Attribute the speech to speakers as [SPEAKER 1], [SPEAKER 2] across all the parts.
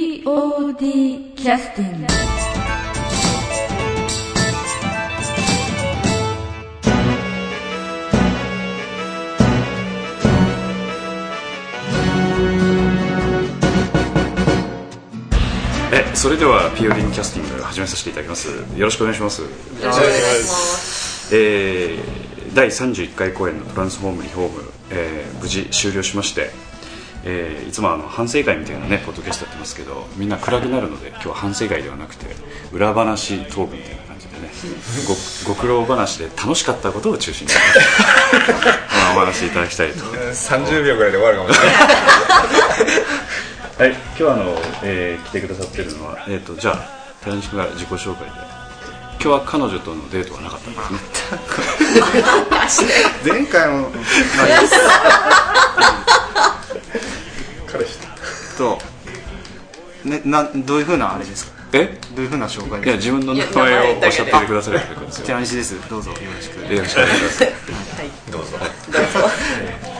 [SPEAKER 1] POD キャスティング
[SPEAKER 2] えそれではピオリンキャスティング始めさせていただきますよろしくお願いしますよろしくお願いします、えー、第31回公演のトランスフォームリフォーム、えー無事終了しまして、えーいつもあの反省会みたいなねポッドキャストやってますけどみんな暗くなるので今日は反省会ではなくて裏話トークみたいな感じでねごご苦労話で楽しかったことを中心にまあお話しいただきたいと
[SPEAKER 3] 30秒ぐらいで終わるかもしれない
[SPEAKER 2] はい、今日はあの、えー来てくださってるのは、えっ、と、じゃあ、谷西君が自己紹介で。今日は彼女とのデートはなかったんですね。
[SPEAKER 3] 前回も
[SPEAKER 4] と、ね、などういうふうなあれですか
[SPEAKER 2] え、
[SPEAKER 4] どういうふうな紹
[SPEAKER 2] い
[SPEAKER 4] 介
[SPEAKER 2] や、
[SPEAKER 4] ですか
[SPEAKER 2] 自分の名前をおっしゃってくださるってことですよ。
[SPEAKER 4] 寺西ですどうぞよろしく
[SPEAKER 2] よろしくお願いします。
[SPEAKER 3] どうぞ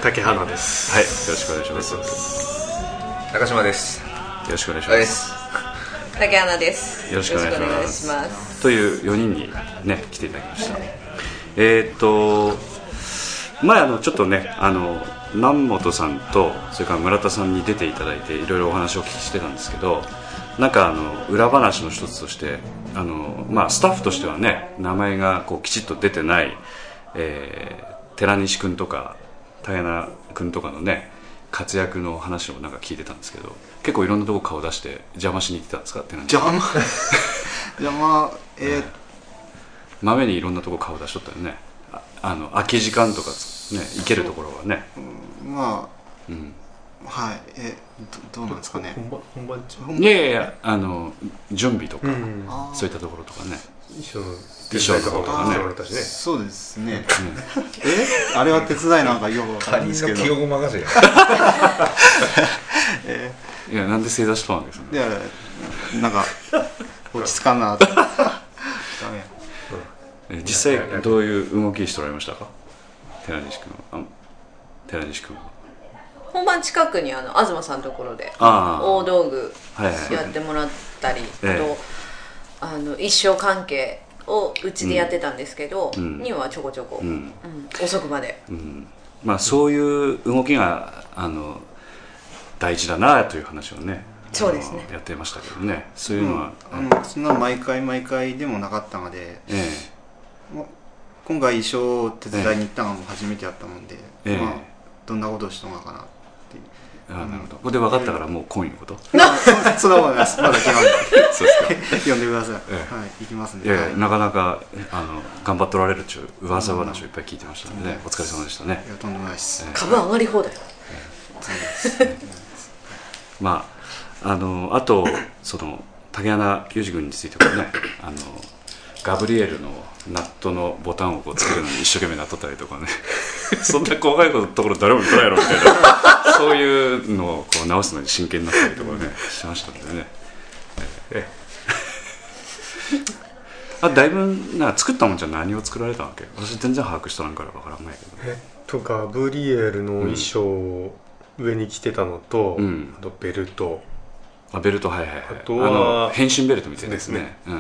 [SPEAKER 2] 竹花です。はい、よろしくお願いします。
[SPEAKER 3] 中島です
[SPEAKER 2] よろしくお願いし
[SPEAKER 3] で
[SPEAKER 2] ます。
[SPEAKER 3] す
[SPEAKER 5] 竹穴です
[SPEAKER 2] よろしくお願いします
[SPEAKER 5] よろしくお願いします
[SPEAKER 2] という4人にね来ていただきましたえーっと前あのちょっとねあの南本さんとそれから村田さんに出ていただいていろいろお話をお聞きしてたんですけどなんかあの裏話の一つとしてあの、まあ、スタッフとしてはね名前がこうきちっと出てない、えー寺西君とか平名君とかのね活躍の話をなんか聞いてたんですけど結構いろんなとこ顔出して邪魔しに行ってたんですかってなんか
[SPEAKER 4] 邪魔 邪魔えー
[SPEAKER 2] 豆にいろんなとこ顔出しとったよねああの空き時間とかつね行けるところはね
[SPEAKER 4] ま
[SPEAKER 2] うん
[SPEAKER 4] あはいえどどうなんですかね
[SPEAKER 6] 本番本番中
[SPEAKER 2] いやいやいやあの準備とか、
[SPEAKER 6] うん
[SPEAKER 4] あー
[SPEAKER 2] そういったところとかね
[SPEAKER 6] 衣装の
[SPEAKER 2] 衣装とか
[SPEAKER 6] も
[SPEAKER 2] が
[SPEAKER 6] ね
[SPEAKER 2] ね
[SPEAKER 6] られたしね
[SPEAKER 4] そうですね えあれは手伝いなんかよくわかんないですけど
[SPEAKER 3] 気をごまかせよ
[SPEAKER 4] え
[SPEAKER 2] いやなんで正座しとなんですか
[SPEAKER 4] ーであれなんか落ち着かんなとダメ
[SPEAKER 2] え実際どういう動きしておられましたか寺西君はあ寺西君は
[SPEAKER 5] 本番近くにあの東さんのところで
[SPEAKER 2] ああ
[SPEAKER 5] 大道具
[SPEAKER 2] はいはい
[SPEAKER 5] やってもらったり、
[SPEAKER 2] ええ
[SPEAKER 5] あとあの一生関係をうちでやってたんですけど、
[SPEAKER 2] うん
[SPEAKER 5] にはちょこちょこ、
[SPEAKER 2] う
[SPEAKER 5] うん
[SPEAKER 2] ん
[SPEAKER 5] 遅くまで
[SPEAKER 2] うんまあそういう動きがあの大事だなという話をね
[SPEAKER 5] そうですね
[SPEAKER 2] あのやってましたけどねそういううのは
[SPEAKER 4] ん、
[SPEAKER 2] あの
[SPEAKER 4] うんそんな毎回毎回でもなかったので
[SPEAKER 2] ええ
[SPEAKER 4] ま今回衣装を手伝いに行ったのも初めてやったもんで、
[SPEAKER 2] ええ
[SPEAKER 4] まあ、どんなことをしとんのかなっていう
[SPEAKER 2] あなるほどここで分かったからもう今夜のこと
[SPEAKER 4] そんなことないですまだ決まんない
[SPEAKER 2] そうですか
[SPEAKER 4] 呼んでください、
[SPEAKER 2] ええ
[SPEAKER 4] はい行きますね
[SPEAKER 2] いやい
[SPEAKER 4] はい
[SPEAKER 2] やなかなかあの頑張っておられるっちゅう噂話をいっぱい聞いてましたんでね、お疲れ様でしたね
[SPEAKER 4] い、やとんでもないです、
[SPEAKER 2] え
[SPEAKER 5] 株上がり放題
[SPEAKER 2] まああのあとその竹穴裕二君についてもねあのガブリエルのナットのボタンをこうつけるのに一生懸命なっとったりとかね そんな細かいことところ誰も言っとらんやろみたいなそういうのをこう直すのに真剣になったりとかねしましたんでねええあだいぶな作ったもんじゃ何を作られたわけ私全然把握しとらんからわからんないけど
[SPEAKER 6] えっとガブリエルの衣装を上に着てたのと、
[SPEAKER 2] うん
[SPEAKER 6] あとベルト
[SPEAKER 2] あベルトはいはいはい
[SPEAKER 6] あとは
[SPEAKER 2] あの変身ベルトみたいですね
[SPEAKER 6] ですね
[SPEAKER 2] うん、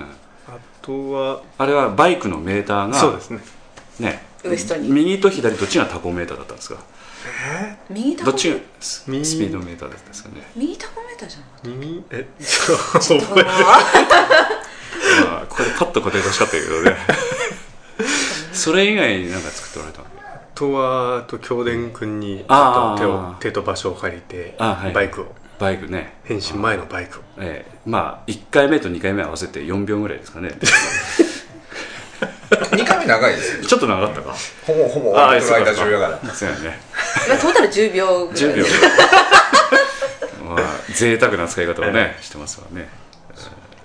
[SPEAKER 6] あとは
[SPEAKER 2] あれはバイクのメーターが
[SPEAKER 6] そうですね
[SPEAKER 2] ね
[SPEAKER 5] ウエストに
[SPEAKER 2] 右と左どっちがタコメーターだったんですか
[SPEAKER 5] 右タ
[SPEAKER 2] ど
[SPEAKER 5] コ
[SPEAKER 2] っちがススピ
[SPEAKER 6] 右
[SPEAKER 2] ードメーターだったんですかね
[SPEAKER 5] 右タコメーターじゃなかっ
[SPEAKER 6] 耳え そう
[SPEAKER 5] たか
[SPEAKER 2] まあここでパッと答えてほしかったけどねそれ以外になんか作っておられたわけ
[SPEAKER 6] あとはあと教伝君にちょ
[SPEAKER 2] あー
[SPEAKER 6] っと手を手と場所を借りて
[SPEAKER 2] あはい
[SPEAKER 6] バイクを
[SPEAKER 2] バイクね
[SPEAKER 6] 変身前のバイクを
[SPEAKER 2] ええまあ1回目と2回目合わせて4秒ぐらいですか ね
[SPEAKER 3] 2回目長いですよ
[SPEAKER 2] ちょっと長かったか
[SPEAKER 3] ほぼほぼ
[SPEAKER 2] ああ
[SPEAKER 3] 俺との間重要だから
[SPEAKER 2] そうやね
[SPEAKER 5] なまあトータル10秒ぐら い
[SPEAKER 2] 10秒まあ贅沢な使い方をねしてますわね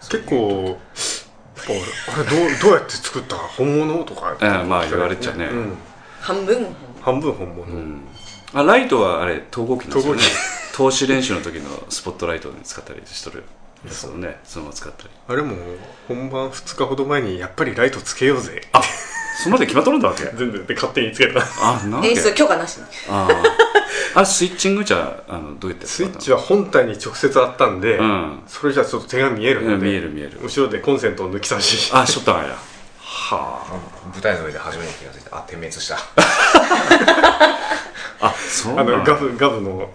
[SPEAKER 6] 結構あれどうどうやって作った本物とか、
[SPEAKER 2] うんまあ言われちゃね
[SPEAKER 6] うん
[SPEAKER 5] 半分
[SPEAKER 6] 半分本物、
[SPEAKER 2] うんあライトはあれ投合機なんですよね
[SPEAKER 6] 統合機
[SPEAKER 2] 投資練習の時のスポットライトに使ったりしとるやつをねそのまま使ったり
[SPEAKER 6] あれも本番2日ほど前にやっぱりライトつけようぜ
[SPEAKER 2] そこまで決まっとるんだわけ
[SPEAKER 6] 全部で勝手につけた
[SPEAKER 2] あなんで
[SPEAKER 5] 演出許可なしに
[SPEAKER 2] ああれスイッチングじゃあのどうやってや
[SPEAKER 6] スイッチ
[SPEAKER 2] は
[SPEAKER 6] は本体に直接あったんで、
[SPEAKER 2] うん
[SPEAKER 6] それじゃちょっと手が見えるので
[SPEAKER 2] 見える見える
[SPEAKER 6] 後ろでコンセントを抜き差し
[SPEAKER 2] あショットガンや
[SPEAKER 6] はあ
[SPEAKER 3] 舞台の上で初めて気がついたあ点滅 した
[SPEAKER 2] あそう
[SPEAKER 6] あ
[SPEAKER 2] なん
[SPEAKER 6] の
[SPEAKER 2] だ
[SPEAKER 6] ガブガブの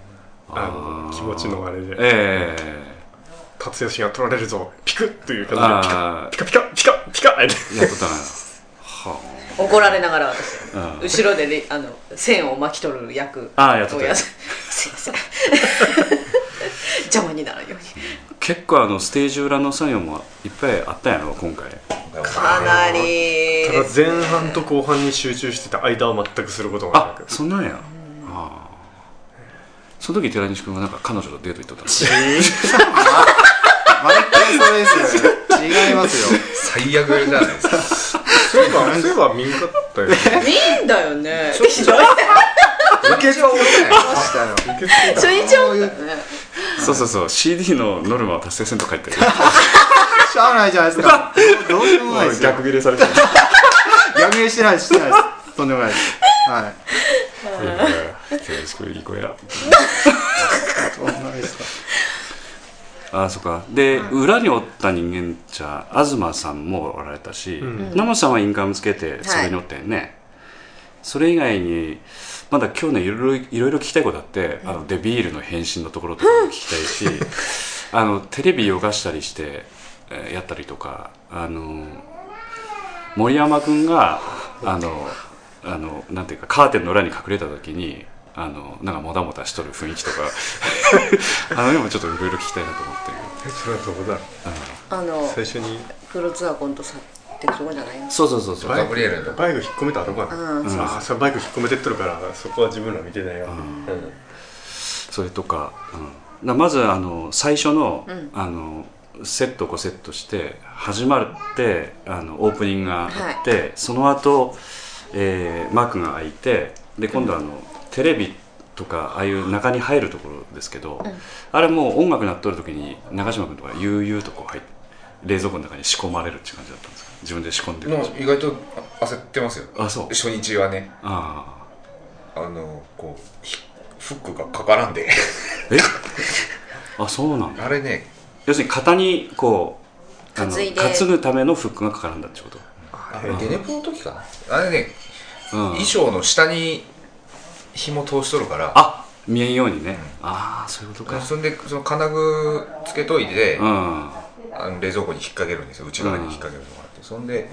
[SPEAKER 6] あ
[SPEAKER 2] あ
[SPEAKER 6] の
[SPEAKER 2] ー
[SPEAKER 6] 気持ちのあれで
[SPEAKER 2] え
[SPEAKER 6] 達吉が取られるぞピクッとい
[SPEAKER 2] え
[SPEAKER 6] う感じで
[SPEAKER 2] あ
[SPEAKER 6] ピカピカピカピカピカって
[SPEAKER 2] あやったことないなは
[SPEAKER 5] 怒られながら私
[SPEAKER 2] あ、うん、
[SPEAKER 5] 後ろでねあの線を巻き取る役
[SPEAKER 2] あーやってた
[SPEAKER 5] を てすいません邪魔にならんように
[SPEAKER 2] 結構あのステージ裏の作業もいっぱいあったんやろ今回
[SPEAKER 5] かなり
[SPEAKER 6] ただ前半と後半に集中してた間は全くすることがな
[SPEAKER 2] あ
[SPEAKER 6] く
[SPEAKER 2] そんなんや、ああその時寺西君はなんか彼女とデート行っとったの
[SPEAKER 4] マイケルさんですよ違います よ
[SPEAKER 3] 最悪じゃないですか
[SPEAKER 6] そういえばそういえば見んかったよね
[SPEAKER 5] いいんだよね
[SPEAKER 3] 受けは多いね
[SPEAKER 4] 確かに
[SPEAKER 6] 受け付けた
[SPEAKER 5] 初日はね
[SPEAKER 2] そうそうそう CD のノルマを達成せんと書いてる
[SPEAKER 4] しゃあないじゃないです かどうどうしようもないですよ
[SPEAKER 6] 逆切れされてる
[SPEAKER 4] 逆にしてないですしてないですとんでもないですはい
[SPEAKER 6] 寺西君いい子や
[SPEAKER 4] とんでもないですか
[SPEAKER 2] ああそっかで、裏におった人間じゃ東さんもおられたし、
[SPEAKER 6] うん
[SPEAKER 2] ナモさんはインカムつけて
[SPEAKER 5] い
[SPEAKER 2] それにおったよね、それ以外にまだ今日ねいろいろいろいろ聞きたいことあって、あのデビールの返信のところとかも聞きたいし、あのテレビ動かしたりして、えーやったりとかあの森山君があのあのなんていうかカーテンの裏に隠れた時にあのなんかもたもたしとる雰囲気とか あのでもちょっといろいろ聞きたいなと思ってる
[SPEAKER 6] えそれはどこだ
[SPEAKER 5] あの
[SPEAKER 6] 最初に
[SPEAKER 5] プロツアーコントさんってそこじゃないの
[SPEAKER 2] そうそうそうそう
[SPEAKER 3] ガブリエルの
[SPEAKER 6] バイク引っ込めたとこかな、
[SPEAKER 5] うん
[SPEAKER 6] ああそれバイク引っ込めてっとるからそこは自分ら見てないよ、うん
[SPEAKER 2] それとか,、うん、だまずあの最初の,、
[SPEAKER 5] ん
[SPEAKER 2] あのセットをこうセットして始まるってあのオープニングがあって、その後、えーマークが開いてで今度あの、テレビとかああいう中に入るところですけど、あれもう音楽なっとる時に長嶋君とか悠々とこう入って冷蔵庫の中に仕込まれるっていう感じだったんですか自分で仕込んでる
[SPEAKER 3] の意外と焦ってますよ
[SPEAKER 2] あそう
[SPEAKER 3] 初日はね
[SPEAKER 2] あ
[SPEAKER 3] あのこうひフックがかからんで
[SPEAKER 2] あえ あそうなんだ
[SPEAKER 3] あれね
[SPEAKER 2] 要するに肩にこうあの
[SPEAKER 5] 担いで
[SPEAKER 2] 担ぐためのフックがかかるんだってこと、
[SPEAKER 3] あれデネプの時かなあれね
[SPEAKER 2] うん、
[SPEAKER 3] 衣装の下に紐通しとるから
[SPEAKER 2] あ見えんようにね、ああそういうことか
[SPEAKER 3] そんでその金具つけといて、
[SPEAKER 2] うん
[SPEAKER 3] あの冷蔵庫に引っ掛けるんですよ内側に引っ掛けるのがあって、そんで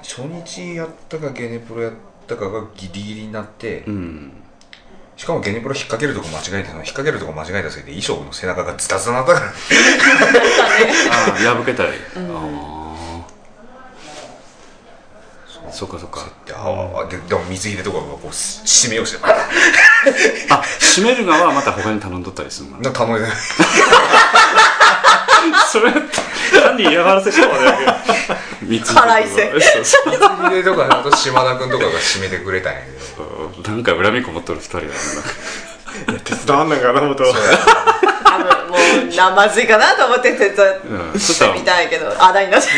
[SPEAKER 3] 初日やったかゲネプロやったかがギリギリになって、
[SPEAKER 2] うん
[SPEAKER 3] しかもゲネプロ引っ掛けるとこ間違えてその引っ掛けるとこ間違えたせいで衣装の背中がズタズタなったから
[SPEAKER 2] あー破けたり、ああそっかそっか
[SPEAKER 3] でああででも水入れとかがこうし締めようしてた
[SPEAKER 2] あ閉める側はまた他に頼んどったりするの
[SPEAKER 3] な頼んで
[SPEAKER 2] それ単に嫌がらせしたわね三つ
[SPEAKER 5] 腹い せ
[SPEAKER 2] そうそう
[SPEAKER 3] 水入れとかあと島田君とかが締めてくれたんやけど
[SPEAKER 2] そうなんか恨みこもっとる二人だな
[SPEAKER 6] 手伝わんなんかな思った
[SPEAKER 5] 多分もうなまずいかなと思っててた
[SPEAKER 2] うんそしたら
[SPEAKER 5] みたいけどあだになっちゃう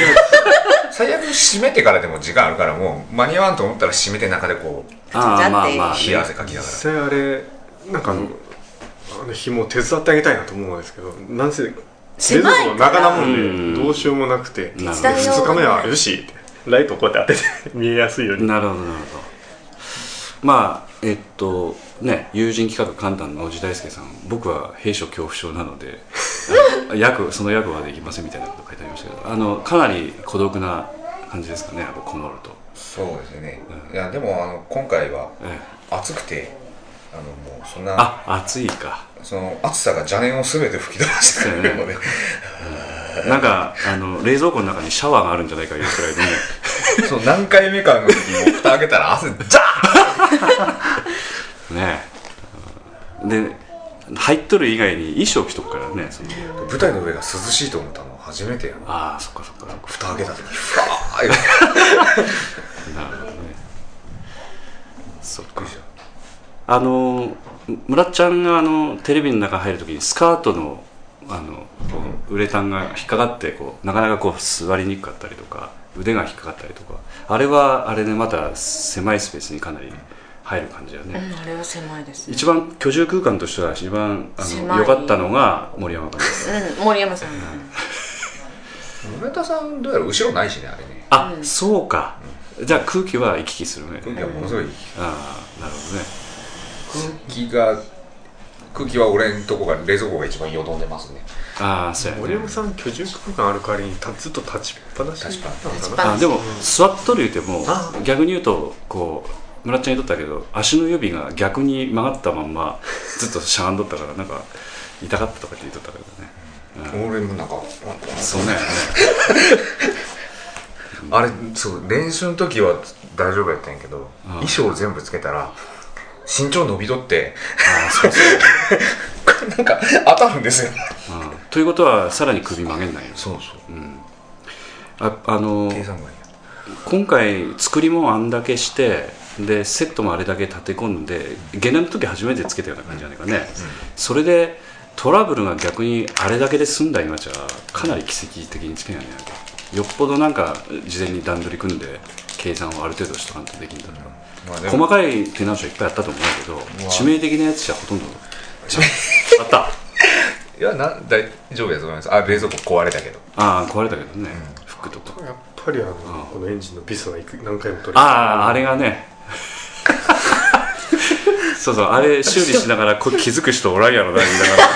[SPEAKER 3] 最悪締めてからでも時間あるからもう間に合わんと思ったら締めて中でこう
[SPEAKER 2] ああまあまあ、
[SPEAKER 3] 冷や
[SPEAKER 2] ね、
[SPEAKER 3] 汗かきながら
[SPEAKER 6] 実際あれなんかあの、あの紐手伝ってあげたいなと思うんですけどなんせ冷蔵
[SPEAKER 5] 狭い
[SPEAKER 6] 庫が中なも
[SPEAKER 2] うん
[SPEAKER 6] んでどうしようもなくて
[SPEAKER 2] なるほ
[SPEAKER 6] 2
[SPEAKER 2] ど
[SPEAKER 5] 手伝いようが
[SPEAKER 6] 日目はよしってライトこうやって当て て見えやすいように
[SPEAKER 2] なるほどなるほどまあえっとね友人企画簡単の大輔さん僕は兵所恐怖症なので あの役その役はできませんみたいなこと書いてありましたけどあのかなり孤独な感じですかねやっぱこもると、
[SPEAKER 3] そうですね、いやでもあの今回は
[SPEAKER 2] ええ
[SPEAKER 3] 暑くてあのもうそんな
[SPEAKER 2] あ暑いか
[SPEAKER 3] その暑さが邪念を全て吹き飛ばしてくれるので、
[SPEAKER 2] なんかあの冷蔵庫の中にシャワーがあるんじゃないかいうくらいでね
[SPEAKER 3] そう何回目かの時に もう蓋開けたら汗ジャー
[SPEAKER 2] ねえ で入っとる以外に衣装着とくからねその
[SPEAKER 3] ッ舞台の上が涼しいと思ったのは初めてやな
[SPEAKER 2] ああそっかそっかそっか
[SPEAKER 3] 蓋開けた時にふわーい
[SPEAKER 2] なるほどねそっかあの村ちゃんがあのテレビの中入るときにスカートのあのこうウレタンが引っかかってこうなかなかこう座りにくかったりとか腕が引っかかったりとかあれはあれでまた狭いスペースにかなり入る感じだよね、
[SPEAKER 5] うん、あれは狭いです、ね、
[SPEAKER 2] 一番居住空間としては一番あの
[SPEAKER 5] 狭い
[SPEAKER 2] 良かったのが森山君です
[SPEAKER 5] うん森山さん
[SPEAKER 3] 村田さんどうやら後ろないしねあれね
[SPEAKER 2] あ、そうかじゃあ空気は行き来するね
[SPEAKER 3] 空気はものすごい
[SPEAKER 2] ああなるほどね
[SPEAKER 3] 空気が空気は俺んとこが冷蔵庫が一番よどんでますね
[SPEAKER 2] ああそうやね
[SPEAKER 6] 森山さん居住空間ある代わりにたずっと立ちっぱなし
[SPEAKER 3] 立ちっぱなし
[SPEAKER 6] なのかな
[SPEAKER 2] あでも座っとる言うても
[SPEAKER 6] あ
[SPEAKER 2] 逆に言うとこう村ちゃんにとったけど足の指が逆に曲がったまんまずっとしゃがんどったからなんか痛かったとかって言っとったけどね
[SPEAKER 3] 俺もなんか
[SPEAKER 2] そうね
[SPEAKER 3] あれそう練習の時は大丈夫やったんやけど、衣装を全部つけたら身長伸びとって
[SPEAKER 2] ああそうそう、
[SPEAKER 3] なんか当たるんですよ
[SPEAKER 2] うんということはさらに首曲げんないよ
[SPEAKER 3] そうそう
[SPEAKER 2] ああの
[SPEAKER 3] 計算外や
[SPEAKER 2] 今回作りもあんだけしてでセットもあれだけ立て込んでゲネの時初めてつけたような感じじゃないかね、それでトラブルが逆にあれだけで済んだ今じゃかなり奇跡的につけないねよっぽどなんか事前に段取り組んで計算をある程度しとかんとできんだったら、
[SPEAKER 3] まあで
[SPEAKER 2] 細
[SPEAKER 3] も
[SPEAKER 2] かい手直しはいっぱいあったと思うんだけど致命的なやつじゃほとんどちゃん あった
[SPEAKER 3] いやなん大丈夫やと思いますあ冷蔵庫壊れたけど
[SPEAKER 2] ああ壊れたけどね、服とか
[SPEAKER 6] やっぱりあのこのエンジンのビスはいく何回も取れ
[SPEAKER 2] あああれがね そうそうあれ修理しながらこ気づく人おらんやろな言いながら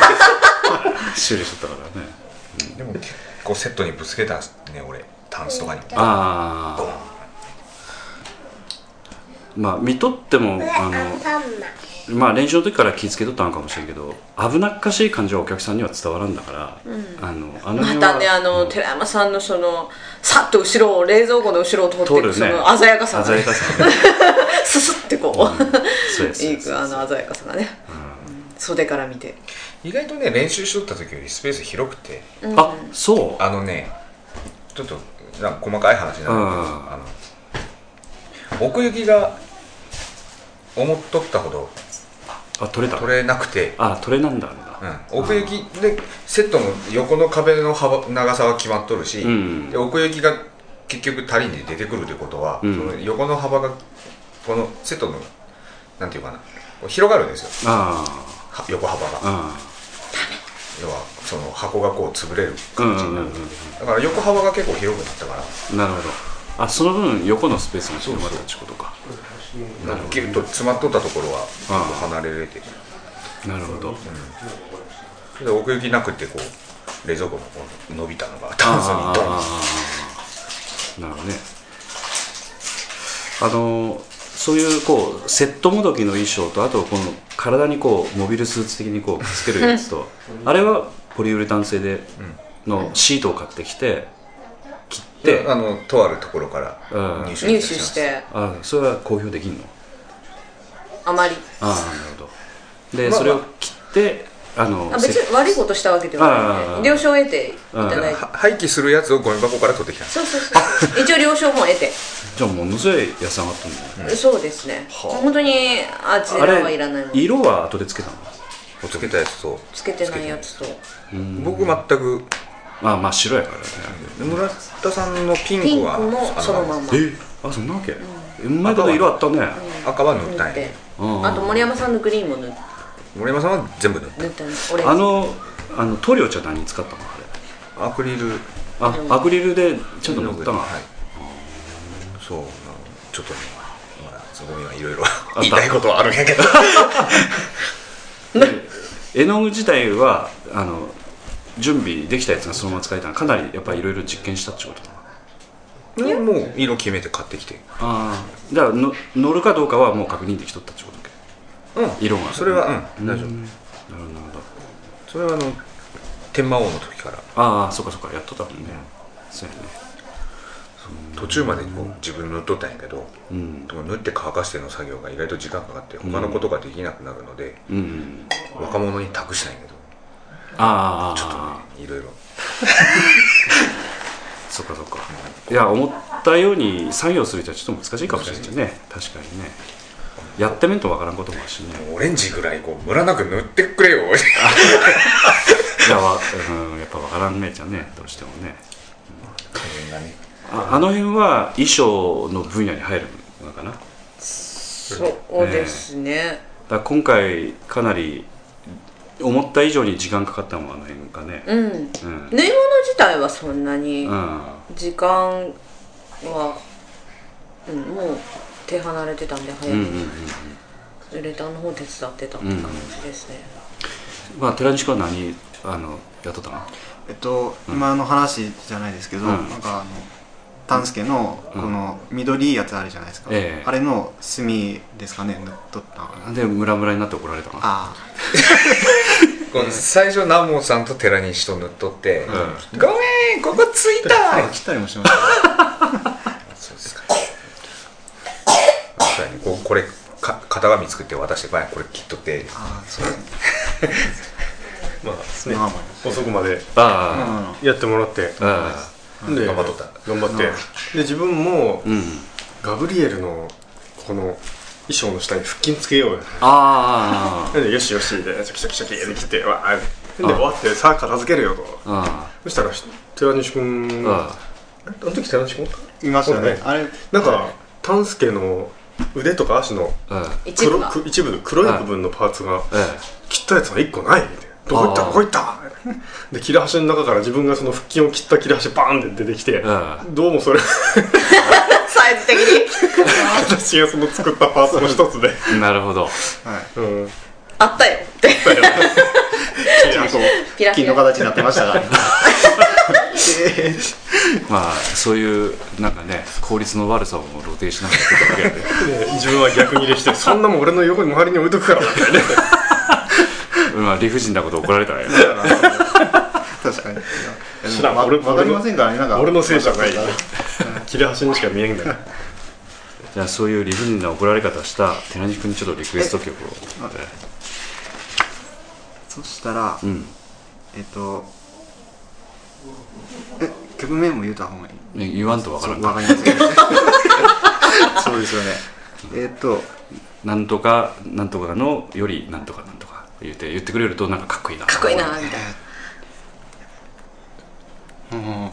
[SPEAKER 2] 修理しとったからね
[SPEAKER 3] でも結構セットにぶつけたね俺タンスとかに
[SPEAKER 2] ああまあ見とってもあのまあ練習の時から気付けとったのかもしれんけど危なっかしい感じはお客さんには伝わらんだから、あのあの
[SPEAKER 5] ま
[SPEAKER 2] 辺は
[SPEAKER 5] たねあの寺山さんのそのさっと後ろを冷蔵庫の後ろを通ってい
[SPEAKER 2] 通
[SPEAKER 5] く、
[SPEAKER 2] る
[SPEAKER 5] そ
[SPEAKER 2] ね
[SPEAKER 5] の鮮やかさが
[SPEAKER 2] 鮮
[SPEAKER 5] ね
[SPEAKER 2] やかさがね
[SPEAKER 5] ススってこう、
[SPEAKER 2] そうですそう
[SPEAKER 5] い
[SPEAKER 2] で
[SPEAKER 5] く
[SPEAKER 2] す
[SPEAKER 5] あの鮮やかさがね、袖から見て
[SPEAKER 3] 意外とね練習しとった時よりスペース広くて
[SPEAKER 2] あそう
[SPEAKER 3] あのねちょっとなんか細かい話になるん
[SPEAKER 2] う
[SPEAKER 3] だけどあの奥行きが思っとったほど
[SPEAKER 2] あ取れた
[SPEAKER 3] 取れなくて、
[SPEAKER 2] あ取れなんだあれだ
[SPEAKER 3] うん、奥行きでセットの横の壁の幅長さは決まっとるし、
[SPEAKER 2] うん
[SPEAKER 3] で奥行きが結局足りんで出てくるということは、
[SPEAKER 2] うん
[SPEAKER 3] その横の幅がこのセットのなんていうかなこう広がるんですよ
[SPEAKER 2] あ
[SPEAKER 3] は横幅が、
[SPEAKER 2] ああ
[SPEAKER 3] 要はその箱がこう潰れる
[SPEAKER 2] あうん
[SPEAKER 3] 感
[SPEAKER 2] う
[SPEAKER 3] じ
[SPEAKER 2] ん
[SPEAKER 3] に
[SPEAKER 2] う
[SPEAKER 3] なる、
[SPEAKER 2] んうん
[SPEAKER 3] だから横幅が結構広くなったから
[SPEAKER 2] なるほどあその分横のスペースが広がったってことか
[SPEAKER 3] ギュッと詰まっとったところは結構
[SPEAKER 2] ああ
[SPEAKER 3] 離れれて
[SPEAKER 2] なるほど
[SPEAKER 3] で奥行きなくてこう冷蔵庫のこう伸びたのが炭素に
[SPEAKER 2] あ
[SPEAKER 3] ドン
[SPEAKER 2] ーなるほどねあのそういうこうセットもどきの衣装とあとこの体にこうモビルスーツ的にこうくっつけるやつ とあれはポリウレタン製でのシートを買ってきて切って
[SPEAKER 3] であのとあるところから
[SPEAKER 2] うん
[SPEAKER 3] 入手
[SPEAKER 5] 入手して
[SPEAKER 2] あそれは公表できんの
[SPEAKER 5] あまり
[SPEAKER 2] ああなるほどで
[SPEAKER 3] まあ
[SPEAKER 2] それを切ってあの
[SPEAKER 5] あ別に悪いことしたわけではない
[SPEAKER 2] あ
[SPEAKER 5] んで了承を得ていただいて
[SPEAKER 3] は廃棄するやつをゴミ箱から取ってきたんです
[SPEAKER 5] そうそう そう一応了承も得て、
[SPEAKER 2] じゃあものすごい安上がったんだよね
[SPEAKER 5] そうですね本当にあち
[SPEAKER 2] あ
[SPEAKER 5] らはいらないもの
[SPEAKER 2] れ色は後でつけたの
[SPEAKER 3] つけたやつと
[SPEAKER 5] つけてないやつと
[SPEAKER 3] 僕全く
[SPEAKER 2] まあまあ白やからね
[SPEAKER 3] 村田さんのピン
[SPEAKER 5] ピ
[SPEAKER 3] ク
[SPEAKER 5] ンク
[SPEAKER 3] は
[SPEAKER 5] も
[SPEAKER 3] あ
[SPEAKER 5] そのまんま
[SPEAKER 2] えあそんなわけうまいこと色あったね
[SPEAKER 3] 赤は塗
[SPEAKER 5] 塗
[SPEAKER 3] ったん
[SPEAKER 5] っ
[SPEAKER 3] や
[SPEAKER 5] て
[SPEAKER 3] け
[SPEAKER 2] うん
[SPEAKER 5] あと森山さんのグリーンも塗っ
[SPEAKER 3] ど森山さんは全部塗っ
[SPEAKER 5] 塗ったの俺
[SPEAKER 2] あのあの塗料茶何使ったの
[SPEAKER 3] たアクリル
[SPEAKER 2] あれあアクリルでちょっと塗ったの
[SPEAKER 3] はいそうなのちょっとねまあそこにはいろいろ
[SPEAKER 2] た
[SPEAKER 3] 言いたいことはあるんやけど
[SPEAKER 2] 絵の具自体はあの準備できたやつがそのまま使えたのかなりやっぱりいろいろ実験したってことなの
[SPEAKER 3] もう色決めて買ってきて
[SPEAKER 2] ああだからの乗るかどうかはもう確認できとったってことだっ
[SPEAKER 3] うん
[SPEAKER 2] け色が
[SPEAKER 3] それはうん大丈
[SPEAKER 2] なるほ
[SPEAKER 3] 夫
[SPEAKER 2] どなるほど
[SPEAKER 3] それはあの天魔王の時から
[SPEAKER 2] ああそっかそっかやっとったもんねそうやね
[SPEAKER 3] 途中までこう自分塗っとったんやけど、
[SPEAKER 2] うん
[SPEAKER 3] でも塗って乾かしての作業が意外と時間かかって他のことができなくなるので、
[SPEAKER 2] うん
[SPEAKER 3] 若者に託したんやけど
[SPEAKER 2] ああ
[SPEAKER 3] ちょっとねいろいろ
[SPEAKER 2] そっかそっかいや思ったように作業するじゃちょっと難しいかもしれないね確かにねやってみんとわからんこともあるしね
[SPEAKER 3] オレンジぐらいこうムラなく塗ってくれよ
[SPEAKER 2] いやわ、うん、やっぱわからんねえじゃねどうしてもねああの辺は衣装の分野に入るのかな
[SPEAKER 5] そうですね
[SPEAKER 2] だから今回かなり思った以上に時間かかったもんあの辺がね
[SPEAKER 5] うん
[SPEAKER 2] うん、
[SPEAKER 5] 縫い物自体はそんなに
[SPEAKER 2] うん、
[SPEAKER 5] 時間は、うん、もう手離れてたんで
[SPEAKER 2] うん
[SPEAKER 5] 早
[SPEAKER 2] う
[SPEAKER 5] め
[SPEAKER 2] んう
[SPEAKER 5] に、
[SPEAKER 2] ん
[SPEAKER 5] レターの方手伝ってたって感じですね、
[SPEAKER 2] まあ寺西君は何あの雇ったの
[SPEAKER 4] えっと、今の話じゃないですけど、
[SPEAKER 2] うん
[SPEAKER 4] なんかあの丹助のこの緑いやつあるじゃないですか、
[SPEAKER 2] ええ
[SPEAKER 4] あれの墨ですかね塗っとったのか
[SPEAKER 2] な
[SPEAKER 4] なん
[SPEAKER 2] でムラムラになって怒られたの
[SPEAKER 4] あ
[SPEAKER 3] この最初南本さんと寺西と塗っとって「ごめんここつい
[SPEAKER 4] あ
[SPEAKER 3] た!」
[SPEAKER 4] 切ったりもしました
[SPEAKER 3] そうですか確かにこうこれか型紙作って渡して「ごめんこれ切っとって
[SPEAKER 4] ああそうですね
[SPEAKER 6] まあね
[SPEAKER 4] まあま
[SPEAKER 6] 遅くまで
[SPEAKER 2] あ
[SPEAKER 4] あ
[SPEAKER 6] やってもらって
[SPEAKER 2] ああ
[SPEAKER 6] で
[SPEAKER 3] 頑張っとった
[SPEAKER 6] 頑張ってで自分も
[SPEAKER 2] あうん
[SPEAKER 6] ガブリエルのこの衣装の下に腹筋つけようよ
[SPEAKER 2] ああ
[SPEAKER 6] でよしよしみたいなシャキシャキシャキで切ってわあで終わってさあ片付けるよと
[SPEAKER 2] あ
[SPEAKER 6] そしたら寺西君あ
[SPEAKER 2] あ
[SPEAKER 6] の時寺西君
[SPEAKER 4] いましたね
[SPEAKER 6] そうだね
[SPEAKER 4] あれ
[SPEAKER 6] なんか丹助の腕とか足の
[SPEAKER 2] ああ
[SPEAKER 5] 一部
[SPEAKER 6] 黒
[SPEAKER 5] が
[SPEAKER 6] く一部黒い部分のパーツが
[SPEAKER 2] ええ
[SPEAKER 6] 切ったやつが1個ないみたいなどこ行った
[SPEAKER 2] あー
[SPEAKER 6] どこ行ったで切れ端の中から自分がその腹筋を切った切れ端バーンって出てきて
[SPEAKER 2] あ
[SPEAKER 6] どうもそれ
[SPEAKER 5] サイズ的に
[SPEAKER 6] 私がその作ったパーツの一つで
[SPEAKER 2] あなるほど
[SPEAKER 4] はい
[SPEAKER 6] うん
[SPEAKER 5] あったよって
[SPEAKER 4] ちゃんと
[SPEAKER 5] ピラピ
[SPEAKER 4] 金
[SPEAKER 5] ラ
[SPEAKER 4] の形になってました からえ
[SPEAKER 2] まあそういうなんかね効率の悪さを露呈しながらやってたわけで
[SPEAKER 6] で自分は逆にでしてそんなもん俺の横に周りに置いとくからみたいなね
[SPEAKER 2] まあ理不尽なこと怒られたね
[SPEAKER 4] ー確かに
[SPEAKER 6] 知らん
[SPEAKER 4] わ
[SPEAKER 6] 俺
[SPEAKER 4] わかりませんからねなんか
[SPEAKER 6] 俺のせいじゃない切れ端にしか見えんだから
[SPEAKER 2] じゃあそういう理不尽な怒られ方した寺西君にちょっとリクエスト曲を
[SPEAKER 4] そしたら
[SPEAKER 2] うん
[SPEAKER 4] えっとえ曲名も言うた方がいい
[SPEAKER 2] ね言わんとわからん
[SPEAKER 4] わ
[SPEAKER 2] か
[SPEAKER 4] かりません そうですよねえっと
[SPEAKER 2] なんとかなんとかのよりなんとかなんとか言って言ってくれるとなんかかっこいいな
[SPEAKER 5] かっこいいなみたいな
[SPEAKER 4] うん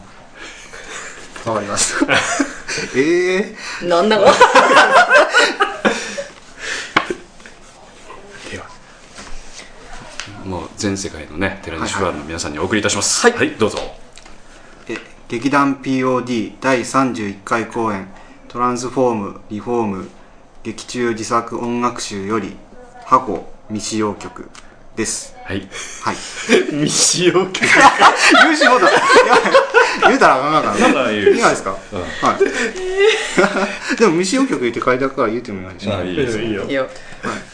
[SPEAKER 4] わかりました ええ
[SPEAKER 5] なんだろう
[SPEAKER 2] もう全世界のね寺西ファンの皆さんにお送りいたしますはい、どうぞ
[SPEAKER 4] え劇団 POD 第31回公演「トランスフォームリフォーム劇中自作音楽集」より「箱未使用曲」です
[SPEAKER 2] はい
[SPEAKER 4] はい
[SPEAKER 6] 未使用曲
[SPEAKER 4] 言うしようだいや言うたらあかんかった
[SPEAKER 2] まだ言う
[SPEAKER 4] いいですか、はい でも未使用曲言って書いてあるから言うてもいいでしょ、
[SPEAKER 2] いい
[SPEAKER 6] いいよ
[SPEAKER 5] いいよ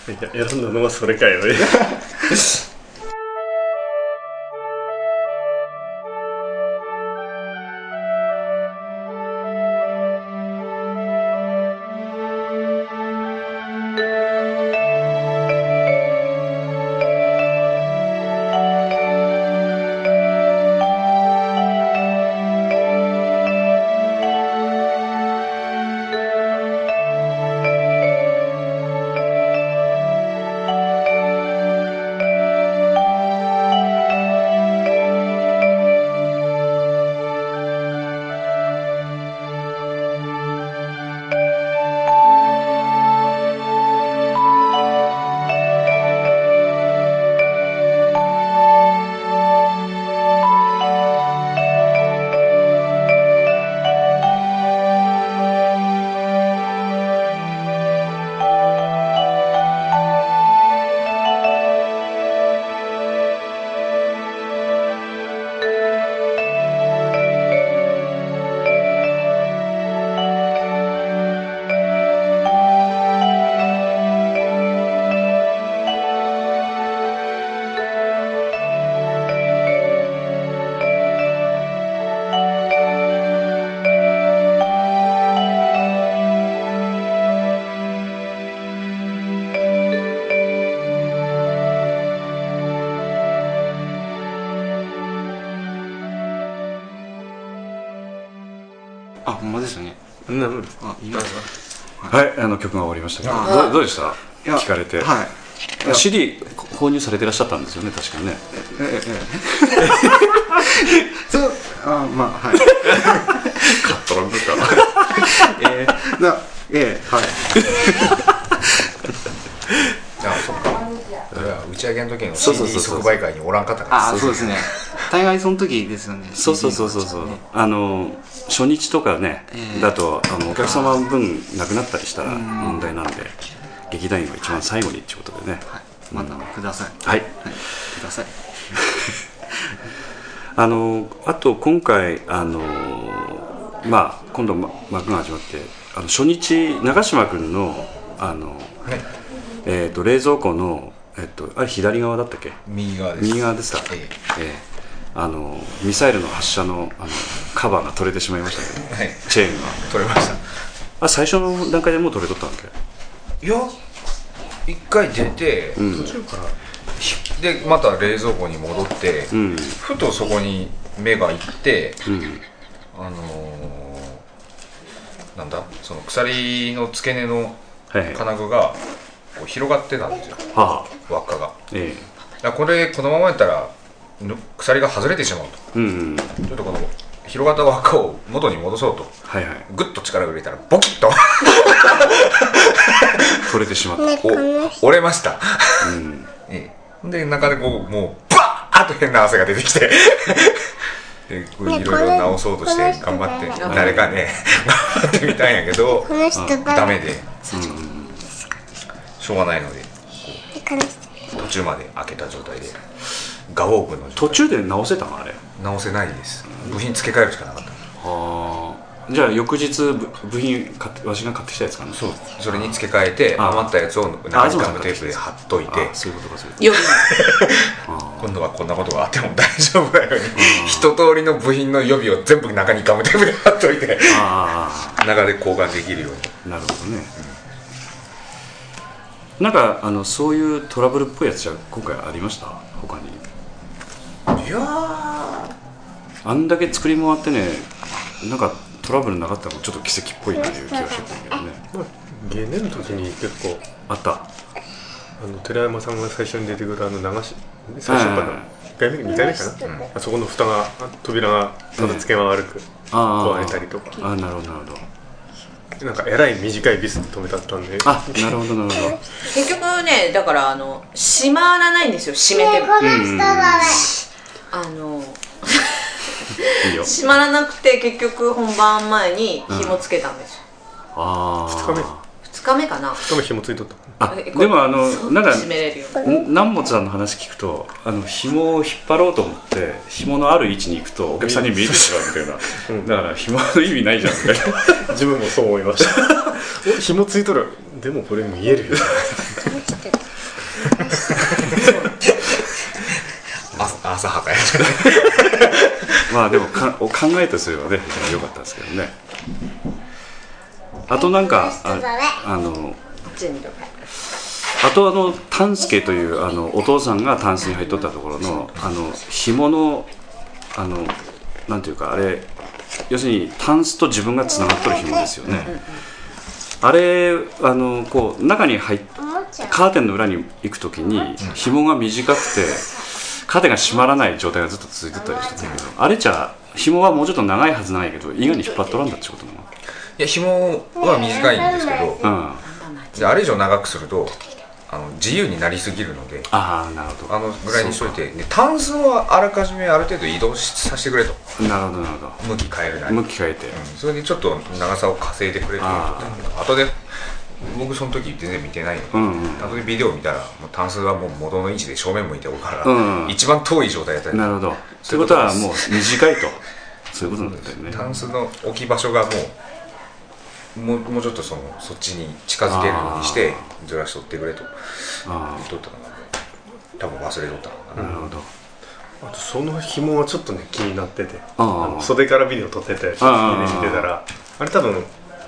[SPEAKER 6] いや選んだのはそれかよね
[SPEAKER 4] あほんまですよねあいいですか
[SPEAKER 2] はいあの曲が終わりましたけ
[SPEAKER 4] あ
[SPEAKER 2] どどうどうでした
[SPEAKER 4] いや
[SPEAKER 2] 聞かれて、
[SPEAKER 4] はいいや
[SPEAKER 2] CD 購入されてらっしゃったんですよね確かね
[SPEAKER 4] え えええそうあまあはい
[SPEAKER 6] トランプか
[SPEAKER 4] えー、なえー、はい
[SPEAKER 3] の
[SPEAKER 2] そうそうそうそ
[SPEAKER 3] CD
[SPEAKER 2] う
[SPEAKER 3] 即売会におらんかったから
[SPEAKER 4] ああそうですね大概その時ですよね
[SPEAKER 2] そうそうそうそうそう、
[SPEAKER 4] ね
[SPEAKER 2] あの初日とかね、
[SPEAKER 4] ええ
[SPEAKER 2] だとあのお客様分なくなったりしたら問題なんで劇団員は一番最後にってことでね
[SPEAKER 4] はいまたください
[SPEAKER 2] はい、
[SPEAKER 4] はいください
[SPEAKER 2] あのあと今回あのまあ今度ま幕が始まってあの初日長嶋君のあの、
[SPEAKER 3] はい
[SPEAKER 2] えー、と冷蔵庫の、えっとあれ左側だったっけ
[SPEAKER 3] 右側です
[SPEAKER 2] 右側ですか、え
[SPEAKER 3] え
[SPEAKER 2] えあのミサイルの発射のあのカバーが取れてしまいましたけど、
[SPEAKER 3] えはい
[SPEAKER 2] チェーンが
[SPEAKER 3] 取れました
[SPEAKER 2] あ最初の段階でもう取れとったんだっけ
[SPEAKER 3] いや一回出て、
[SPEAKER 6] 途中から
[SPEAKER 3] でまた冷蔵庫に戻って、
[SPEAKER 2] うん
[SPEAKER 3] ふとそこに目がいって、
[SPEAKER 2] うん
[SPEAKER 3] あのーなんだその鎖の付け根の
[SPEAKER 2] はいはいは
[SPEAKER 3] 金具がこう広がってたんですよ
[SPEAKER 2] あ
[SPEAKER 3] 輪っかが
[SPEAKER 2] え
[SPEAKER 3] だからこれこのままやったらぬ鎖が外れてしまう
[SPEAKER 2] えうん
[SPEAKER 3] とちょっとこの広がった輪っかを元に戻そうと
[SPEAKER 2] はいはい
[SPEAKER 3] グッと力を入れたらボキッと
[SPEAKER 2] 取れてしまった、
[SPEAKER 3] お折れました
[SPEAKER 2] うん、
[SPEAKER 3] ええで中でこうもうバーッと変な汗が出てき てでこういろいろ直そうとして頑張って
[SPEAKER 5] この人
[SPEAKER 3] 誰かね 頑張ってみたんやけど
[SPEAKER 1] この人が
[SPEAKER 3] ダメで
[SPEAKER 2] うん
[SPEAKER 3] しょうがないので
[SPEAKER 1] この人
[SPEAKER 3] 途中まで開けた状態でガオープンの状
[SPEAKER 2] 途
[SPEAKER 3] 態
[SPEAKER 2] 中で直せたのあれ
[SPEAKER 3] 直せないです部品付け替えるしかなかった
[SPEAKER 2] はあじゃあ翌日部部品買ってわしが買ってきたやつかなそう
[SPEAKER 3] それに付け替えて
[SPEAKER 2] あ
[SPEAKER 3] 余ったやつを
[SPEAKER 2] あ
[SPEAKER 3] 何
[SPEAKER 2] そう
[SPEAKER 3] 時
[SPEAKER 2] なん
[SPEAKER 3] 間
[SPEAKER 2] だ
[SPEAKER 3] もテープで貼っといて
[SPEAKER 2] そういうことかそういうこ
[SPEAKER 5] 夜に
[SPEAKER 3] 今度はこんなことがあっても大丈夫だように一通りの部品の予備を全部中にガムテープで貼っといて
[SPEAKER 2] とあ
[SPEAKER 3] 中で交換できるように
[SPEAKER 2] あなるほどね、なんかあのそういうトラブルっぽいやつじゃ今回ありました他に
[SPEAKER 3] いやー
[SPEAKER 2] あんだけ作り回ってねなんかトラブルなかったのもちょっと奇跡っぽいなという気がしてたんだけどね
[SPEAKER 6] まあゲネの時に結構
[SPEAKER 2] あった
[SPEAKER 6] あの寺山さんが最初に出てくるあの流し最初から1回目2回目かな、あそこの蓋が扉がただつけが悪く
[SPEAKER 2] ああ
[SPEAKER 6] 壊れたりとか、
[SPEAKER 2] ああなるほどなるほど
[SPEAKER 6] なんかえらい短いビスで止めたったんで
[SPEAKER 2] あなるほどなるほど
[SPEAKER 5] 結局ねだからあの閉まらないんですよ閉めても
[SPEAKER 1] この人が
[SPEAKER 5] あの
[SPEAKER 2] いいよ
[SPEAKER 5] 閉まらなくて結局本番前に紐つけたんですよ、
[SPEAKER 2] ああ
[SPEAKER 6] 2日目
[SPEAKER 5] 2日目かな
[SPEAKER 6] しかも紐ついとった
[SPEAKER 2] あ
[SPEAKER 5] えこ
[SPEAKER 2] でもあの
[SPEAKER 5] そっと
[SPEAKER 2] なんか
[SPEAKER 5] 閉めれるよ
[SPEAKER 2] ん南本さんの話聞くとあの紐を引っ張ろうと思って紐のある位置に行くとお客さんに見えてしまうみたいな、
[SPEAKER 6] うん
[SPEAKER 2] だから紐の意味ないじゃんみたいな
[SPEAKER 6] 自分もそう思いましたお紐ついとるでもこれ見えるよ
[SPEAKER 3] 朝朝はかや
[SPEAKER 2] まあでもかお考えとすればね非常に良かったですけどねあとなんかああの
[SPEAKER 5] 全部
[SPEAKER 2] あとあの丹助というあのお父さんがタンスに入っとったところのあの紐のあのなんていうかあれ要するにタンスと自分がつながっとる紐ですよね、あれあのこう中に入っカーテンの裏に行くときに紐が短くてカーテンが閉まらない状態がずっと続いてたりしてたけどあれじゃ紐はもうちょっと長いはずなんやけど意外に引っ張っとらんだってことなの
[SPEAKER 3] いや紐は短いんですけど
[SPEAKER 2] うんあ
[SPEAKER 3] であれ以上長くするとあの自由になりすぎるので
[SPEAKER 2] あなるほど
[SPEAKER 3] あのぐらいにしといてでタンスはあらかじめある程度移動しさせてくれと
[SPEAKER 2] なるほどなるほ
[SPEAKER 3] 向き変えるな
[SPEAKER 2] ど
[SPEAKER 3] り、
[SPEAKER 2] 向
[SPEAKER 3] うん
[SPEAKER 2] き変えて、
[SPEAKER 3] それでちょっと長さを稼いでくれる
[SPEAKER 2] あ
[SPEAKER 3] と後で僕その時全然見てないので、
[SPEAKER 2] うんうん
[SPEAKER 3] 後でビデオ見たらもうタンスはもう元の位置で正面向いておるから、
[SPEAKER 2] うん
[SPEAKER 3] 一番遠い状態だったり
[SPEAKER 2] なるほど。と
[SPEAKER 3] そ
[SPEAKER 2] いうう
[SPEAKER 3] い
[SPEAKER 2] こ
[SPEAKER 3] うこととで
[SPEAKER 2] は
[SPEAKER 3] す
[SPEAKER 2] もう短いと、そういうことなんだよね。
[SPEAKER 3] タンスの置き場所がもうもうもうちょっとそのそっちに近づけるようにしてずらしとってくれと
[SPEAKER 2] あ
[SPEAKER 3] 言っとったのが多分忘れとったのか
[SPEAKER 2] あ、
[SPEAKER 3] な、
[SPEAKER 2] なるほど。
[SPEAKER 6] あとその紐はちょっとね気になってて
[SPEAKER 2] あー
[SPEAKER 6] あの袖からビデオ撮ってて家で見てたらあれ多分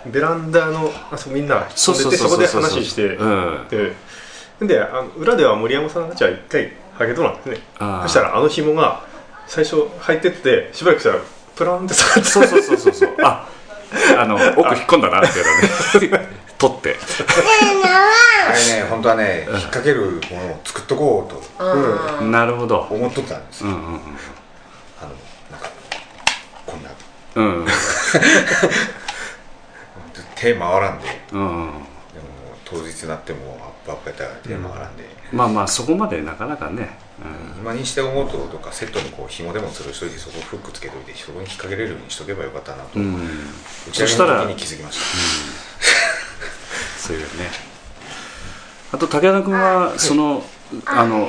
[SPEAKER 6] ベランダのあそうみんな
[SPEAKER 2] そう
[SPEAKER 6] 飛
[SPEAKER 2] そ
[SPEAKER 6] ん
[SPEAKER 2] う
[SPEAKER 6] でて
[SPEAKER 2] そう
[SPEAKER 6] そこ
[SPEAKER 2] そう。
[SPEAKER 6] で話して
[SPEAKER 2] うん。
[SPEAKER 6] でであの裏では森山さんたちは一回ハゲとなんですね
[SPEAKER 2] あー
[SPEAKER 6] そしたらあの紐が最初入ってってしばらくしたらプランって下がって
[SPEAKER 2] そうそうそうそうそう。あ、あの奥引っ込んだなっていうのね。取って。
[SPEAKER 3] あれね本当はね引っ掛けるものを作っとこうと
[SPEAKER 5] あー
[SPEAKER 2] なるほど。
[SPEAKER 3] 思っとったんです
[SPEAKER 2] うん
[SPEAKER 3] よ、
[SPEAKER 2] うん
[SPEAKER 3] あのなんかこんな
[SPEAKER 2] うん。うん
[SPEAKER 3] 手回らんでで
[SPEAKER 2] うんうん。
[SPEAKER 3] も当日になってもアップアップやったらテーマがなんで、
[SPEAKER 2] まあまあそこまでなかなかね、
[SPEAKER 3] 今にして思うととかセットにこう紐でも吊るしといてそこフックつけといてそこに引っ掛けれるようにしとけばよかったなと、
[SPEAKER 2] うん
[SPEAKER 3] 打ち
[SPEAKER 2] そし
[SPEAKER 3] 上
[SPEAKER 2] た
[SPEAKER 3] げ
[SPEAKER 2] ら
[SPEAKER 3] の時に気づきました
[SPEAKER 2] そういうねあと武田君はそのあの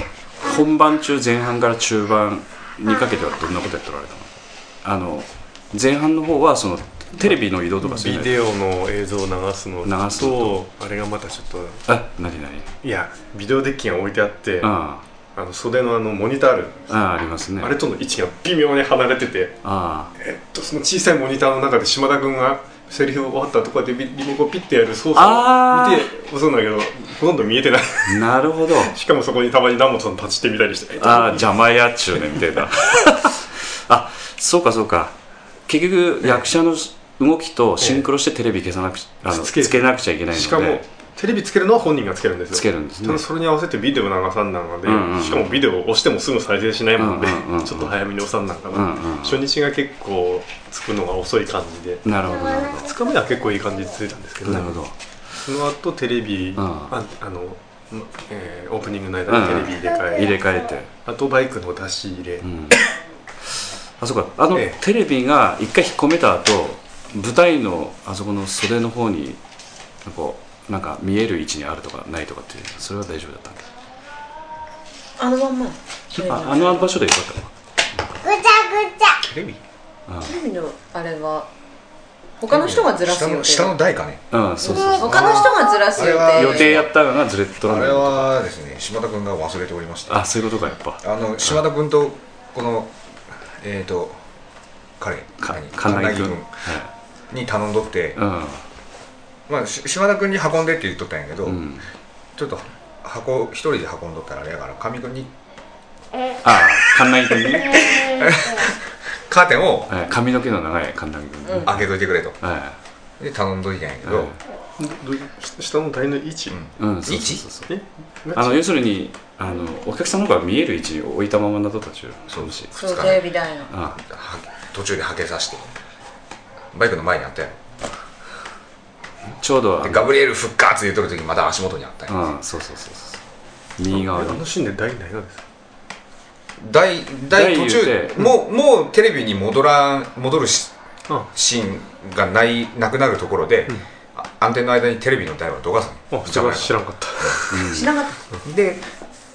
[SPEAKER 2] 本番中前半から中盤にかけてはどんなことやっておられたのあの前半の方はそのテレビの移動とかそういう
[SPEAKER 6] ビ
[SPEAKER 2] の
[SPEAKER 6] デオの映像を流すの
[SPEAKER 2] 流すの
[SPEAKER 6] とあれがまたちょっと
[SPEAKER 2] あ何何
[SPEAKER 6] いやビデオデッキが置いてあってあ
[SPEAKER 2] あ
[SPEAKER 6] の袖のあのモニターある
[SPEAKER 2] あああありますね
[SPEAKER 6] あれとの位置が微妙に離れてて
[SPEAKER 2] あ
[SPEAKER 6] えっとその小さいモニターの中で島田君がセリフ終わったとこでリリモコンピッてやる操作
[SPEAKER 2] あ
[SPEAKER 6] を
[SPEAKER 2] ー
[SPEAKER 6] 見て押すんだけどほとんど見えてない
[SPEAKER 2] あなるほど
[SPEAKER 6] しかもそこにたまに南本さん立ちしてみたりしてえっと
[SPEAKER 2] ああ邪魔やっちゅうねみたいな あそうかそうか結局役者の動きとシンクロしてテレビ消さなくちあの
[SPEAKER 6] つ
[SPEAKER 2] つ
[SPEAKER 6] け
[SPEAKER 2] けなくちゃいけないので
[SPEAKER 6] しかもテレビつけるのは本人がつけるんですよ
[SPEAKER 2] つけるんですね
[SPEAKER 6] ただそれに合わせてビデオ流さんなので、
[SPEAKER 2] うんうん
[SPEAKER 6] しかもビデオを押してもすぐ再生しないもんで、
[SPEAKER 2] うんうんうん
[SPEAKER 6] ちょっと早めに押さんなんかな、
[SPEAKER 2] うんうん
[SPEAKER 6] 初日が結構つくのが遅い感じで
[SPEAKER 2] なるほどなるほ
[SPEAKER 6] 2日目は結構いい感じでついたんですけど,、
[SPEAKER 2] どなるほど
[SPEAKER 6] その後テレビ、
[SPEAKER 2] ん
[SPEAKER 6] ああの、えーオープニングの間にテレビ入れ替え、
[SPEAKER 2] 入れ替えて、
[SPEAKER 6] あとバイクの出し入れ、
[SPEAKER 2] うん、あそうかあの、
[SPEAKER 6] ええ
[SPEAKER 2] テレビが一回引っ込めた後舞台のあそこの袖の方にこうなんか見える位置にあるとかないとかっていうそれは大丈夫だったんだ
[SPEAKER 5] あのまんま
[SPEAKER 2] ああの場所でよかったのか
[SPEAKER 1] ぐちゃぐちゃ
[SPEAKER 3] テレビ
[SPEAKER 5] テレビのあれは他の人がずらす予
[SPEAKER 3] 下の下の
[SPEAKER 5] 定
[SPEAKER 3] 台かね
[SPEAKER 2] うんそうそうそう
[SPEAKER 5] 他の人がずらす予
[SPEAKER 3] あれ
[SPEAKER 2] 予
[SPEAKER 3] は
[SPEAKER 5] 定
[SPEAKER 2] 定やったのがずれっとら
[SPEAKER 3] あ
[SPEAKER 2] ん
[SPEAKER 3] れ
[SPEAKER 2] だ
[SPEAKER 3] はですね島田君が忘れておりまして
[SPEAKER 2] あそういうことかやっぱ
[SPEAKER 3] あの島田君とこのえっ、と彼
[SPEAKER 2] か
[SPEAKER 3] 何
[SPEAKER 2] 神奈木
[SPEAKER 3] 神
[SPEAKER 2] 君
[SPEAKER 3] 奈木君に頼んどって、
[SPEAKER 2] はい
[SPEAKER 3] まあ、し島田君に運んでって言っとったんやけど、
[SPEAKER 2] うん、うん、
[SPEAKER 3] ちょっと箱一人で運んどったらあれやから神君に
[SPEAKER 2] あ神奈木君ね、
[SPEAKER 3] カーテンを
[SPEAKER 2] はい、髪の毛の長い神奈木君ね、
[SPEAKER 5] うん
[SPEAKER 3] 開けといてくれと
[SPEAKER 2] は
[SPEAKER 3] で頼んどいたんやけ
[SPEAKER 2] い、
[SPEAKER 3] ど、
[SPEAKER 2] はい
[SPEAKER 6] どういう下の台の位置、
[SPEAKER 2] うん、そうそうそうそう
[SPEAKER 6] え
[SPEAKER 2] あの要するにあのお客さんの方が見える位置に置いたままなどったちゅう
[SPEAKER 3] そう
[SPEAKER 2] し
[SPEAKER 5] そうテレビ台の
[SPEAKER 2] あ
[SPEAKER 3] は途中ではけさしてバイクの前にあったやろ
[SPEAKER 2] ちょうどあ
[SPEAKER 3] で
[SPEAKER 2] の
[SPEAKER 3] ガブリエル復活言うとる時にまた足元にあったんや、
[SPEAKER 2] うんそうそうそうそう右側
[SPEAKER 6] あ
[SPEAKER 2] に
[SPEAKER 6] のシーンで台ないのです
[SPEAKER 3] 大大
[SPEAKER 2] 大
[SPEAKER 3] 途
[SPEAKER 2] 言う
[SPEAKER 3] 中
[SPEAKER 2] て
[SPEAKER 3] もうもうテレビに戻らん戻るし
[SPEAKER 6] あ
[SPEAKER 3] シーンがないなくなるところで、あ暗転の間にテレビの台はどかすの
[SPEAKER 6] あそれは知
[SPEAKER 3] 邪
[SPEAKER 6] らんかった
[SPEAKER 5] 知らなかっ
[SPEAKER 3] 魔やからで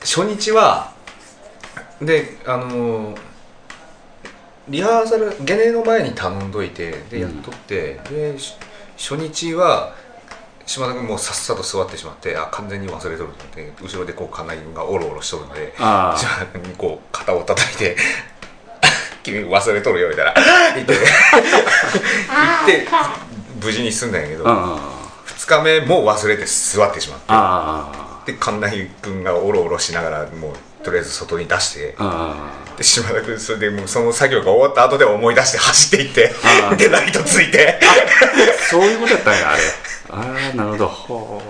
[SPEAKER 3] 初日はであのーリハーサルゲネの前に頼んどいてでやっとって、でし初日は島田君もうさっさと座ってしまってあ完全に忘れとると思って後ろでこう金井君がおろおろしとるので
[SPEAKER 2] あ
[SPEAKER 3] 島田君にこう肩を叩いて 「君忘れとるよ」みたいな言って言って無事に済んだんやけど、
[SPEAKER 2] あ
[SPEAKER 3] 二
[SPEAKER 2] あ
[SPEAKER 3] 2日目もう忘れて座ってしまっ
[SPEAKER 2] あああ
[SPEAKER 3] て神奈井君がおろおろしながらもうとりあえず外に出して
[SPEAKER 2] あ
[SPEAKER 3] で島田君それでもうその作業が終わった後で思い出して走っていって
[SPEAKER 2] あー
[SPEAKER 3] でライトついて
[SPEAKER 2] そういうことやったんやあれああなるほど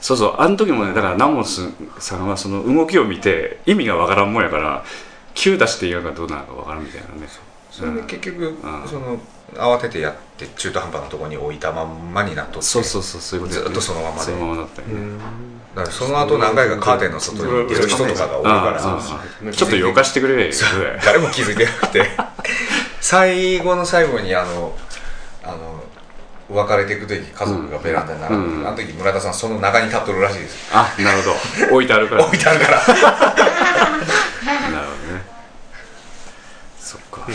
[SPEAKER 2] そうそうあの時もねだからナモスさんはその動きを見て意味がわからんもんやから9出していいのかどうなのかわからんみたいなね
[SPEAKER 3] それで結局
[SPEAKER 2] うん
[SPEAKER 3] その慌ててやって中途半端なところに置いたまんまになっとって
[SPEAKER 2] そうそうそうそういうことや
[SPEAKER 3] ずっとそのままで
[SPEAKER 2] そのままだったよね、
[SPEAKER 3] だからその後何回かカーテンの外にいる人とかが多いから
[SPEAKER 2] ああああちょっとよかしてくれよ
[SPEAKER 3] 誰も気づいてなくて最後の最後にあのあの別れていく時家族がベランダに並んで、
[SPEAKER 2] うん
[SPEAKER 3] あの時村田さんその中に立っとるらしいです
[SPEAKER 2] あなるほど置いてあるからな
[SPEAKER 3] 置いてあるから
[SPEAKER 2] るほどねそっか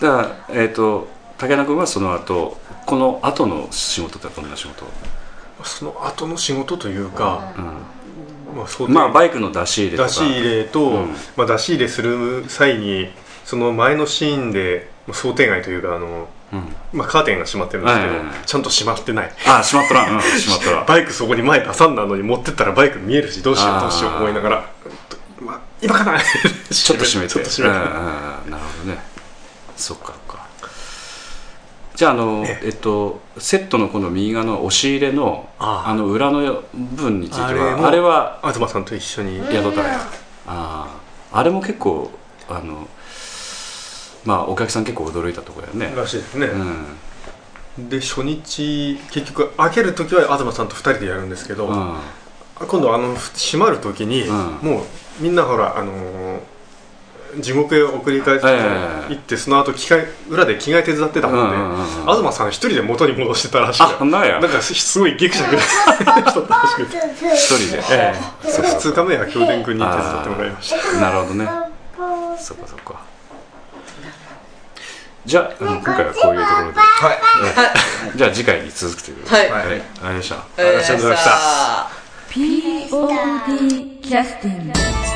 [SPEAKER 2] だからえっ、と竹田君はその後この後の仕事ってどんな仕事、
[SPEAKER 6] その後の仕事というか、
[SPEAKER 2] う、
[SPEAKER 6] まあそうん
[SPEAKER 2] まあバイクの出し入れとか
[SPEAKER 6] 出し入れと、
[SPEAKER 2] うん
[SPEAKER 6] まあ、出し入れする際にその前のシーンでまあ想定外というかあの、
[SPEAKER 2] うん、
[SPEAKER 6] まあ、カーテンが閉まってるんですけど、
[SPEAKER 2] はいはいはい
[SPEAKER 6] ちゃんと閉まってない
[SPEAKER 2] あしまっとらん、うん、しまっと らん
[SPEAKER 6] バイクそこに前出さんなのに持ってったらバイク見えるしどうしよ
[SPEAKER 2] あ
[SPEAKER 6] う
[SPEAKER 2] ー
[SPEAKER 6] どうしよう思いながら、まあ、今かな
[SPEAKER 2] ちょっと閉めて
[SPEAKER 6] ちょっと閉めて
[SPEAKER 2] うんうんうんなるほどねそっかそっかじゃああのえっとセットのこの右側の押し入れの
[SPEAKER 6] あ
[SPEAKER 2] あ
[SPEAKER 6] あ
[SPEAKER 2] の裏の部分については
[SPEAKER 6] あれも
[SPEAKER 2] あれは
[SPEAKER 6] 東さんと一緒に
[SPEAKER 2] 宿ったねあああれも結構あのまあお客さん結構驚いたところやね
[SPEAKER 6] らしいですね、
[SPEAKER 2] うん
[SPEAKER 6] で初日結局開ける時は東さんと2人でやるんですけど、
[SPEAKER 2] うん
[SPEAKER 6] 今度あのふ閉まる時に、
[SPEAKER 2] うん
[SPEAKER 6] もうみんなほらあのー地獄へ送り返して
[SPEAKER 2] はいはいはいはい
[SPEAKER 6] 行ってその後着替え裏で着替え手伝ってたもんで、
[SPEAKER 2] うんうんうんうん
[SPEAKER 6] 東さん一人で元に戻してたらしく
[SPEAKER 2] あほんまや
[SPEAKER 6] なんかすすごいギクシャ クしとったらしくて
[SPEAKER 2] 一人で、
[SPEAKER 6] ええそう2日目は教伝君に手伝ってもらいました
[SPEAKER 2] なるほどねそっかそっかじゃあ、あの今回はこういうところで
[SPEAKER 3] はい
[SPEAKER 2] じゃあ次回に続くということで
[SPEAKER 5] はい
[SPEAKER 2] はい、ありがとうございました
[SPEAKER 5] ありがとうございました
[SPEAKER 7] POD キャスティング